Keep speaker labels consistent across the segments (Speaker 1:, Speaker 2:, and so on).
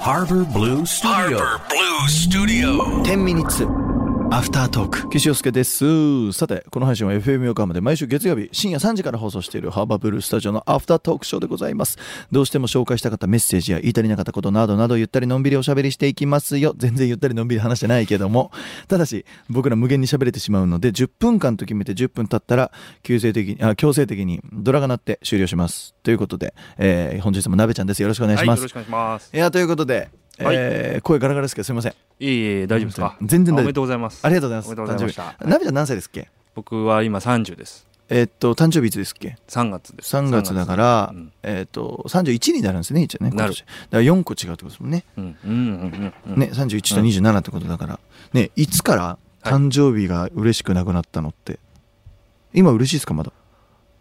Speaker 1: Harbor Blue Studio,
Speaker 2: Harbor Blue Studio.
Speaker 3: 天ミニッツアフタートーク
Speaker 4: 岸洋介ですさてこの配信は FM 横浜で毎週月曜日深夜3時から放送しているハーバーブルースタジオのアフタートークショーでございますどうしても紹介したかったメッセージや言い足りなかったことなどなどゆったりのんびりおしゃべりしていきますよ全然ゆったりのんびり話してないけどもただし僕ら無限に喋れてしまうので10分間と決めて10分経ったら強制的にあ強制的にドラが鳴って終了しますということで、えー本日もなべちゃんですよろしくお願いし
Speaker 5: は
Speaker 4: ま
Speaker 5: い、よ
Speaker 4: す、
Speaker 5: ろしくお願いします。
Speaker 4: いやということで、
Speaker 5: はい
Speaker 4: えー声ガラガラですけどすいません
Speaker 5: いえいえ、大丈夫ですか。
Speaker 4: 全然大丈夫
Speaker 5: あおめでとうございます。
Speaker 4: ありがとうございます
Speaker 5: おめでとうございました
Speaker 4: 誕生日なべちゃん何歳ですっけ
Speaker 5: 僕は今三十です。
Speaker 4: えーっと誕生日いつですっけ
Speaker 5: 三月です。
Speaker 4: 3月だから、
Speaker 5: 三月
Speaker 4: えっ、と31になるんですね一応ね今
Speaker 5: なる
Speaker 4: 年だから4個違うってことですもんね,、
Speaker 5: うん、うん、うん、うん、うん。
Speaker 4: ね31と27ってことだから、ねいつから
Speaker 5: はい
Speaker 4: 誕生日が嬉しくなくなったのって、今嬉しいですかまだ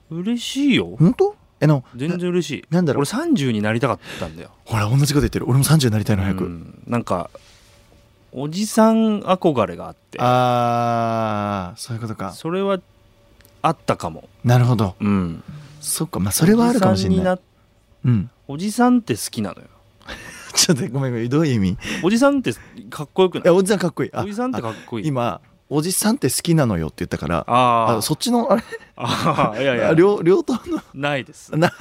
Speaker 5: 嬉しいよ。
Speaker 4: 本当えの
Speaker 5: 全然嬉しい。
Speaker 4: なんだろう
Speaker 5: 俺三十になりたかったんだよ。
Speaker 4: ほら同じこと言ってる俺も30になりたいの早く、
Speaker 5: うんなんか。おじさん憧れがあって。
Speaker 4: あーそういうことか
Speaker 5: それは。あったかも。
Speaker 4: なるほど
Speaker 5: うん。
Speaker 4: そっかまあそれはあるかもしれ
Speaker 5: おじさんに
Speaker 4: ない
Speaker 5: な
Speaker 4: うん
Speaker 5: おじさんって好きなのよ。
Speaker 4: ちょっとごめんごめんどういう意味い
Speaker 5: おじさんってかっこよくない
Speaker 4: や。おじさんかっこいいあ
Speaker 5: おじさんってかっこいい。
Speaker 4: あ今おじさんって好きなのよって言ったから
Speaker 5: あ
Speaker 4: あ
Speaker 5: ー
Speaker 4: そっちのあれ
Speaker 5: あー。いやいや。
Speaker 4: 両両党の
Speaker 5: な いです。
Speaker 4: な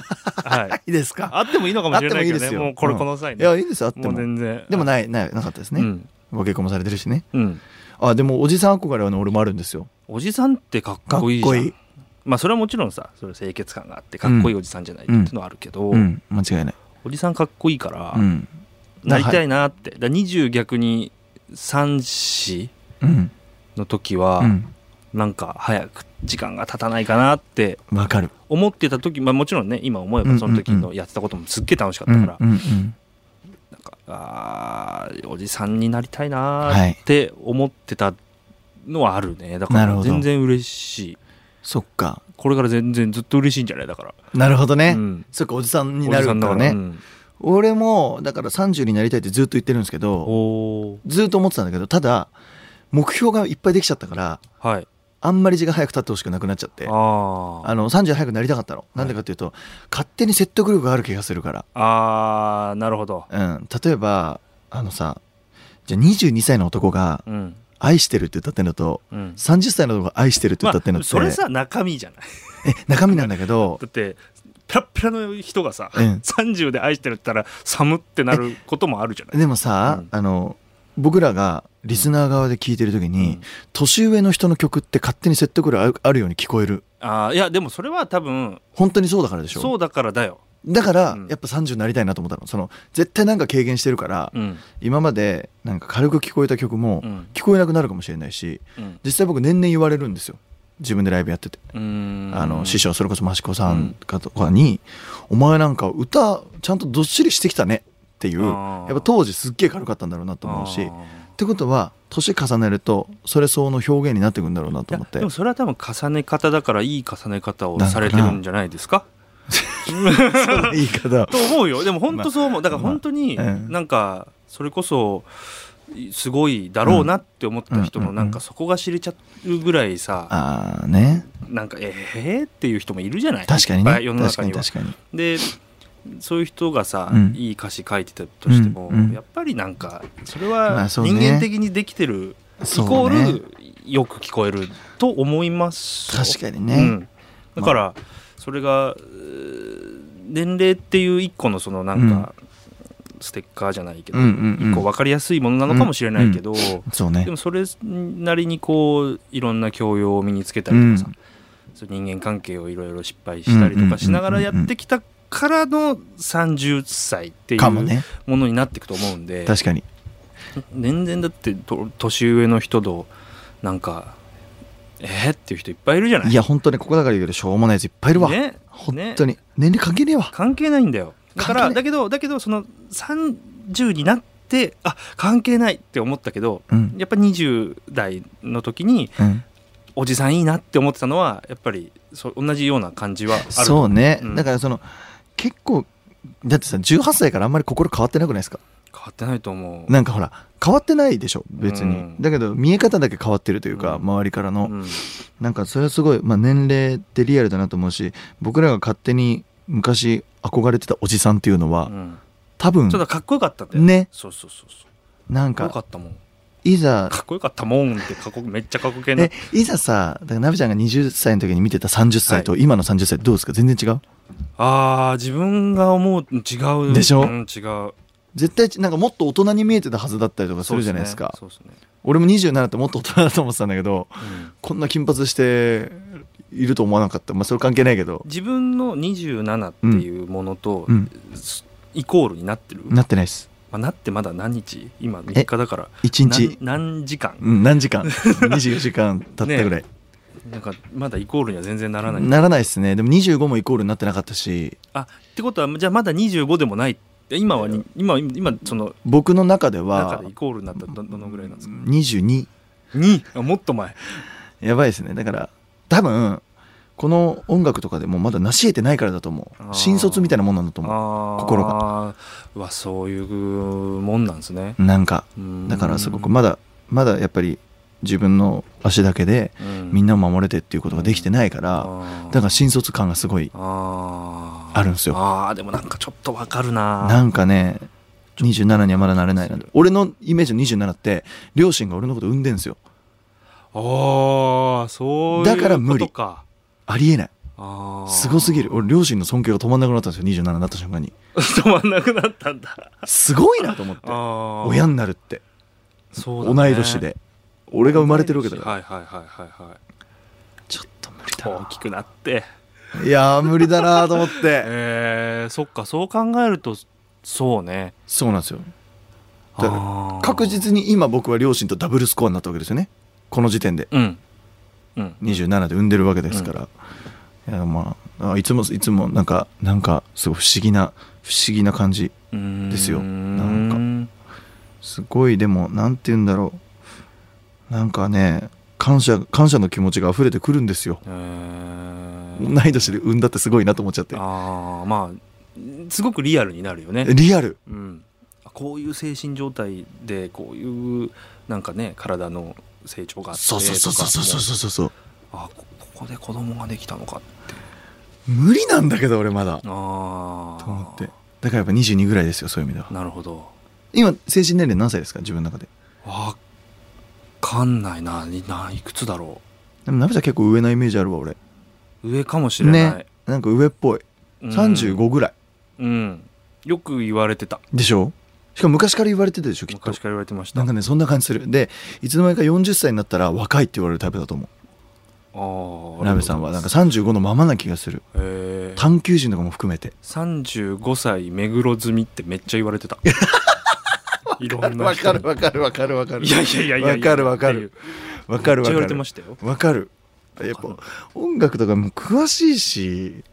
Speaker 5: は
Speaker 4: いい
Speaker 5: い。
Speaker 4: ですか
Speaker 5: あってもいいのかもしれないけど
Speaker 4: あってもいいです
Speaker 5: ね。
Speaker 4: よ
Speaker 5: もうこれこの際
Speaker 4: い
Speaker 5: ね。
Speaker 4: やいいですよあっても
Speaker 5: もう全然。
Speaker 4: でも
Speaker 5: い
Speaker 4: ないないなかったです
Speaker 5: う
Speaker 4: ね、
Speaker 5: ん。
Speaker 4: ご結婚もされてるしね
Speaker 5: うん。
Speaker 4: あでもおじさん憧れはね俺もあるんですよ
Speaker 5: おじさんってかっ
Speaker 4: かっ
Speaker 5: こ
Speaker 4: こ
Speaker 5: い
Speaker 4: いい
Speaker 5: いじゃん。まあそれはもちろんさ、それは清潔感があってかっこいいおじさんじゃないっていうのはあるけど、
Speaker 4: うん間違いない
Speaker 5: おじさんかっこいいから
Speaker 4: う、ん
Speaker 5: なりたいなって。だから20逆に3子
Speaker 4: うん
Speaker 5: の時
Speaker 4: う
Speaker 5: は、
Speaker 4: ん
Speaker 5: なんか早く時間が経たないかなって
Speaker 4: わかる
Speaker 5: 思ってた時、まあもちろんね、今思えばその時のやってたこともすっげえ楽しかっ
Speaker 4: う
Speaker 5: た
Speaker 4: んう
Speaker 5: から
Speaker 4: ん、うん
Speaker 5: なんかあーおじさんになりたいなーって思ってたのはあるねだか
Speaker 4: なるほ
Speaker 5: ら
Speaker 4: ど
Speaker 5: 全然嬉しい
Speaker 4: そっか
Speaker 5: これから全然ずっと嬉しいんじゃないだから
Speaker 4: なるほどね、
Speaker 5: うん
Speaker 4: そっかおじさんに
Speaker 5: お
Speaker 4: なる
Speaker 5: じさ
Speaker 4: か
Speaker 5: んだ
Speaker 4: ら
Speaker 5: か
Speaker 4: ね、
Speaker 5: らうん
Speaker 4: 俺もだから30になりたいってずっと言ってるんですけど
Speaker 5: おー
Speaker 4: ずっと思ってたんだけどただ目標がいっぱいできちゃったから
Speaker 5: はい
Speaker 4: あんまり時間早く経ってほしくなくなっちゃって
Speaker 5: あー
Speaker 4: あの30早くなりたかったのなんでかっていうと、勝手に説得力がある気がするから
Speaker 5: あーなるほど
Speaker 4: うん、例えばあのさじゃあ22歳の男が
Speaker 5: うん
Speaker 4: 「愛してる」って歌ってんのと
Speaker 5: うん
Speaker 4: 30歳の男が「愛してる」って
Speaker 5: ま
Speaker 4: 歌ってんの
Speaker 5: あ
Speaker 4: って、
Speaker 5: それさ中身じゃない
Speaker 4: え中身なんだけど
Speaker 5: だってペラッペラの人がさ、
Speaker 4: うん
Speaker 5: 30で愛してるって言ったら寒ってなることもあるじゃない
Speaker 4: でもさ、
Speaker 5: うん
Speaker 4: あの僕らがリスナー側で聞いてる時に、年上の人の曲って勝手に説得力あるあるように聞こえる
Speaker 5: あーいやでもそれは多分
Speaker 4: 本当にそうだからでし
Speaker 5: そ
Speaker 4: ょ
Speaker 5: うだからだよ、
Speaker 4: だから、
Speaker 5: うん
Speaker 4: やっぱ30になりたいなと思ったのその絶対なんか軽減してるから、
Speaker 5: うん
Speaker 4: 今までなんか軽く聞こえた曲も
Speaker 5: うん
Speaker 4: 聞こえなくなるかもしれないし
Speaker 5: うん
Speaker 4: 実際僕年々言われるんですよ自分でライブやってて。
Speaker 5: うーん
Speaker 4: あの師匠それこそ益子さんかとかに「お前なんか歌ちゃんとどっしりしてきたね」っていう
Speaker 5: あ
Speaker 4: や
Speaker 5: ー
Speaker 4: っぱ当時すっげえ軽かったんだろうなと思うしってことは年重ねるとそれ相応の表現になってくんだろうなと
Speaker 5: いや
Speaker 4: 思って
Speaker 5: でもそれは多分重ね方だからいい重ね方をされてるんじゃないで すか
Speaker 4: 言い方を
Speaker 5: と思うよでも本当そう思うだから本当に
Speaker 4: まあうん
Speaker 5: なんかそれこそすごいだろうなって思った人
Speaker 4: う
Speaker 5: の
Speaker 4: ん
Speaker 5: なんかそこが知れちゃうぐらいさ
Speaker 4: ああね
Speaker 5: なんかえーっていう人もいるじゃない
Speaker 4: 確かに
Speaker 5: いっぱい世
Speaker 4: ね
Speaker 5: の
Speaker 4: 確か
Speaker 5: 中に
Speaker 4: に
Speaker 5: は
Speaker 4: 確かに
Speaker 5: でそういう人がさ、
Speaker 4: うん
Speaker 5: いい歌詞書いてたとしても、
Speaker 4: うんうん
Speaker 5: やっぱりなんかそれ
Speaker 4: ま
Speaker 5: は
Speaker 4: あそうね
Speaker 5: 人間的にできてる、
Speaker 4: そう
Speaker 5: イ
Speaker 4: ね
Speaker 5: コールよく聞こえると思いますよ
Speaker 4: 確かに
Speaker 5: う
Speaker 4: ね
Speaker 5: ん、だから、それがうー年齢っていう一個のそのなんか、ステッカーじゃないけど、
Speaker 4: うんうんうん
Speaker 5: こう分かりやすいものなのかもしれないけど、
Speaker 4: そうね
Speaker 5: でもそれなりにこういろんな教養を身につけたりとかさ、
Speaker 4: うん
Speaker 5: そう人間関係をいろいろ失敗したりとかしながらやってきたからの30歳ってい
Speaker 4: かも
Speaker 5: う
Speaker 4: ね
Speaker 5: ものになっていくと思うんで、
Speaker 4: 確かに
Speaker 5: 全然だってと年上の人となんかえー、っていう人いっぱいいるじゃない
Speaker 4: いや本当にここだから言うけどしょうもないやついっぱいいるわ
Speaker 5: ね
Speaker 4: 本
Speaker 5: ね
Speaker 4: 当に年齢関係ねえわ
Speaker 5: 関係ないんだよだか
Speaker 4: 関係
Speaker 5: ら
Speaker 4: ない
Speaker 5: だけどだけどその30になってあ関係ないって思ったけど
Speaker 4: うん
Speaker 5: やっぱ20代の時に
Speaker 4: うん
Speaker 5: おじさんいいなって思ってたのはやっぱりそう同じような感じはある
Speaker 4: そうね、
Speaker 5: うん
Speaker 4: だからその結構だってさ18歳からあんまり心変わってなくないですか
Speaker 5: 変わってないと思う
Speaker 4: なんかほら変わってないでしょ別に、
Speaker 5: うん
Speaker 4: だけど見え方だけ変わってるというか、
Speaker 5: うん
Speaker 4: 周りからの、
Speaker 5: うん
Speaker 4: なんかそれはすごい、まあ、年齢ってリアルだなと思うし僕らが勝手に昔憧れてたおじさんっていうのは、
Speaker 5: うん
Speaker 4: 多分
Speaker 5: ちょっとかっこよかったんだよ
Speaker 4: ね
Speaker 5: そうそうそうそう
Speaker 4: なん
Speaker 5: かっこよか
Speaker 4: か
Speaker 5: ったもん
Speaker 4: いざ
Speaker 5: かっこよかったもんって過去めっちゃ過去形な
Speaker 4: えいざさだからナビちゃんが20歳の時に見てた30歳と今の30歳どうですか全然違う
Speaker 5: あー自分が思う違う
Speaker 4: でしょ
Speaker 5: うん、違う
Speaker 4: 絶対なんかもっと大人に見えてたはずだったりとかするじゃないですか
Speaker 5: そうですね
Speaker 4: 俺も27ってもっと大人だと思ってたんだけど
Speaker 5: そうですねうん
Speaker 4: こんな金髪していると思わなかったまあそれ関係ないけど
Speaker 5: 自分の27っていうものと、
Speaker 4: うん
Speaker 5: すイコールになってる、ま
Speaker 4: なってないです
Speaker 5: あ、なってまだ何日今3日だから
Speaker 4: 1日
Speaker 5: 何何時間、
Speaker 4: うん何時間 24時間経ったぐらい、
Speaker 5: なんかまだイコールには全然ならない
Speaker 4: ならないですねでも25もイコールになってなかったし
Speaker 5: あってことはじゃあまだ25でもないえ今はに今今その
Speaker 4: 僕の中で
Speaker 5: 中
Speaker 4: は
Speaker 5: でイコールになったらどどのぐらいなんですか
Speaker 4: 22
Speaker 5: 2あもっと前
Speaker 4: やばいですねだから多分この音楽とかでもまだ成し得てないからだと思
Speaker 5: あ
Speaker 4: う
Speaker 5: ー
Speaker 4: 新卒みたいなもんなんだと思心
Speaker 5: 心うわそういうもんなんですね
Speaker 4: うなんか
Speaker 5: うん
Speaker 4: だからすごくまだまだやっぱり自分の足だけでみん
Speaker 5: な
Speaker 4: なを守れてっていうことができてないからだから新卒感がすごい
Speaker 5: あー
Speaker 4: あるんですよ
Speaker 5: あーでもなんかちょっとわかる
Speaker 4: な
Speaker 5: ななん
Speaker 4: かね27にはまだなれないなと俺のイメージの27って両親が俺のこと産んでんですよ
Speaker 5: ああそういう
Speaker 4: だから無理
Speaker 5: ことか
Speaker 4: ありえない
Speaker 5: あー
Speaker 4: すごすぎる俺両親の尊敬が止まんなくなったんですよ27になった瞬間に
Speaker 5: 止まんなくなったんだ
Speaker 4: すごいなと思って親
Speaker 5: 親
Speaker 4: になるって
Speaker 5: そうだね
Speaker 4: 同い年で俺が生まれてるわけだから
Speaker 5: はいはいはいはいはい
Speaker 4: ちょっと無理だ
Speaker 5: 大きくなって
Speaker 4: ないやー無理だなと思って
Speaker 5: えー、そっかそう考えるとそうね
Speaker 4: そうなんですよだから
Speaker 5: あー
Speaker 4: 確実に今僕は両親とダブルスコアになったわけですよねこの時点で
Speaker 5: うんうん
Speaker 4: 27で産んでるわけですから、いやまああいつもいつもなんかなんかすごい不思議な不思議な感じ
Speaker 5: うーん
Speaker 4: ですよなんすごいでもなんて言うんだろうなんかね感謝感謝の気持ちが溢れてくるんですよ
Speaker 5: えー、
Speaker 4: 同い年で産んだってすごいなと思っちゃって
Speaker 5: ああまあすごくリアルになるよね、
Speaker 4: リアル
Speaker 5: うん、こういう精神状態でこういうなんかね体の成長があって
Speaker 4: そうそうそうそうそう
Speaker 5: う
Speaker 4: そうそうそう
Speaker 5: あこここで子供ができたのかって
Speaker 4: 無理なんだけど俺まだ
Speaker 5: ああ
Speaker 4: と思ってだからやっぱ22ぐらいですよそういう意味では
Speaker 5: なるほど
Speaker 4: 今精神年齢何歳ですか自分の中で
Speaker 5: わかんないなにないくつだろ
Speaker 4: でもナベちゃん結構上なイメージあるわ俺
Speaker 5: う上かもしれない、
Speaker 4: ねなんか上っぽい
Speaker 5: うん
Speaker 4: 35ぐらい
Speaker 5: うんよく言われてた
Speaker 4: でしょしかも昔から言われてたでしょきっと
Speaker 5: 昔から言われてました
Speaker 4: なんかねそんな感じするでいつの間にか40歳になったら若いって言われるタイプだと思
Speaker 5: あー
Speaker 4: うナベさんはなんか35のままな気がする
Speaker 5: へー
Speaker 4: 探求心とかも含めて
Speaker 5: 35歳目黒済みってめっちゃ言われ てたいろんな
Speaker 4: わ
Speaker 5: 人
Speaker 4: か
Speaker 5: に
Speaker 4: るわかるわかるわかる
Speaker 5: いやいやいやいや
Speaker 4: わかるわかるわかる
Speaker 5: めっちゃ言わ
Speaker 4: わか
Speaker 5: れてま
Speaker 4: る
Speaker 5: したよ
Speaker 4: わかるやっぱ音楽とかも詳しいし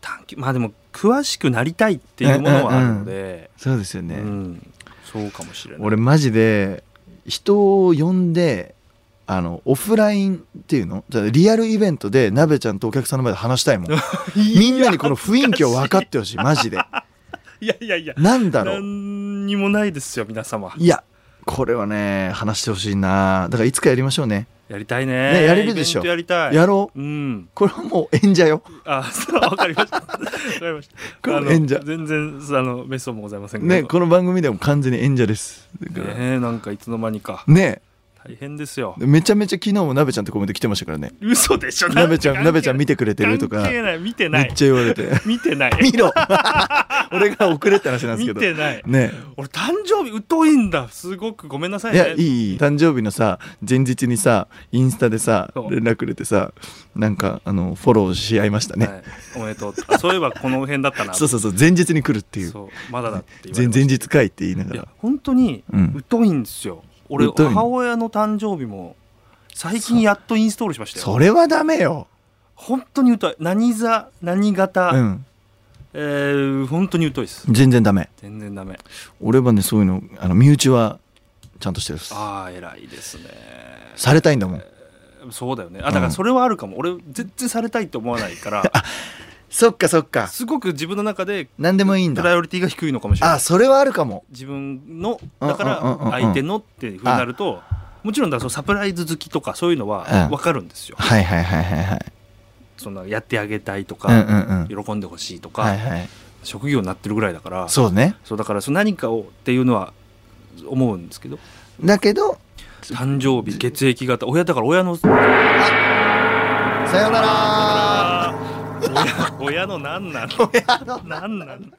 Speaker 5: 探求まあでも詳しくなりたいっていうものはあるので、
Speaker 4: そうですよ
Speaker 5: う
Speaker 4: ね、
Speaker 5: んそうかもしれない
Speaker 4: 俺マジで人を呼んであのオフラインっていうのじゃあリアルイベントで鍋ちゃんとお客さんの前で話 したいもんみんなにこの雰囲気を分かってほしいマジで
Speaker 5: いやいやいや
Speaker 4: なんだろう
Speaker 5: 何にもないですよ皆様
Speaker 4: いやこれはね話してほしいなだからいつかやりましょうね、
Speaker 5: やりたいね
Speaker 4: ねやれるでしょ
Speaker 5: イベントやりたい
Speaker 4: やろう
Speaker 5: うん
Speaker 4: これはもう演者よ
Speaker 5: あそうわかりましたわかりました
Speaker 4: これ
Speaker 5: あの
Speaker 4: 演者
Speaker 5: 全然あのメソもございませんけ ど
Speaker 4: ねこの番組でも完全に演者ですだからね
Speaker 5: ねえなんかいつの間にか大変ですよ
Speaker 4: めちゃめちゃ昨日も鍋ちゃんってコメント来てましたからね
Speaker 5: 嘘でしょ
Speaker 4: 鍋ちゃん鍋ちゃん見
Speaker 5: て
Speaker 4: てくれてるとか
Speaker 5: 関係ない見てな
Speaker 4: め
Speaker 5: い
Speaker 4: っちゃ言われ て
Speaker 5: 見てない
Speaker 4: 見ろ俺が遅れって話なんですけ
Speaker 5: 見
Speaker 4: ど
Speaker 5: てない
Speaker 4: ね
Speaker 5: 俺誕生日疎いんだすごくごめんなさい
Speaker 4: い
Speaker 5: ね
Speaker 4: やいいいい誕生日のさ前日にさインスタでさ
Speaker 5: そう
Speaker 4: 連絡くれてさなんかあのフォローし合いましたね、
Speaker 5: はいおめでとうあそういえばこの辺だった な
Speaker 4: そうそうそう前日に来るっていう
Speaker 5: そうまだだって言われ
Speaker 4: 前
Speaker 5: ました
Speaker 4: 前日かいって言いなが
Speaker 5: い
Speaker 4: ら
Speaker 5: や本当に
Speaker 4: うん
Speaker 5: 疎いんですよ、俺
Speaker 4: 疎いの
Speaker 5: 母親の誕生日も最近やっとインストールしました
Speaker 4: そ
Speaker 5: よ
Speaker 4: れはダメよ
Speaker 5: 本当に疎い何座何型、
Speaker 4: うん
Speaker 5: えー本当に疎いです
Speaker 4: 全然ダメ
Speaker 5: 全然ダメ
Speaker 4: 俺はねそういうのあの身内はちゃんとしてるっす
Speaker 5: ああ偉いですね
Speaker 4: されたいんだもん
Speaker 5: そうだよねあだか
Speaker 4: うん
Speaker 5: らそれはあるかも、俺全然されたいと思わないから
Speaker 4: そっかそっか
Speaker 5: すごく自分の中で
Speaker 4: 何でもいいん
Speaker 5: プライ
Speaker 4: だ
Speaker 5: オリティが低いのかもしれない
Speaker 4: あそれはあるかも
Speaker 5: 自分の
Speaker 4: うん
Speaker 5: だか
Speaker 4: うんうんうんうん
Speaker 5: ら相手のっていうふうになるともちろんだからそのサプライズ好きとかそういうのは
Speaker 4: うん
Speaker 5: 分かるんですよ、
Speaker 4: はいはいはいはいはい
Speaker 5: そんなやってあげたいと
Speaker 4: うん
Speaker 5: か、
Speaker 4: うんうん
Speaker 5: 喜んでほしいとか、
Speaker 4: はいはい
Speaker 5: 職業になってるぐらいだから
Speaker 4: そうね
Speaker 5: そうだからそう何かをっていうのは思うんですけど
Speaker 4: だけど
Speaker 5: 誕生日血液型親だから親の
Speaker 4: さようなら
Speaker 5: 親親の何なん何なん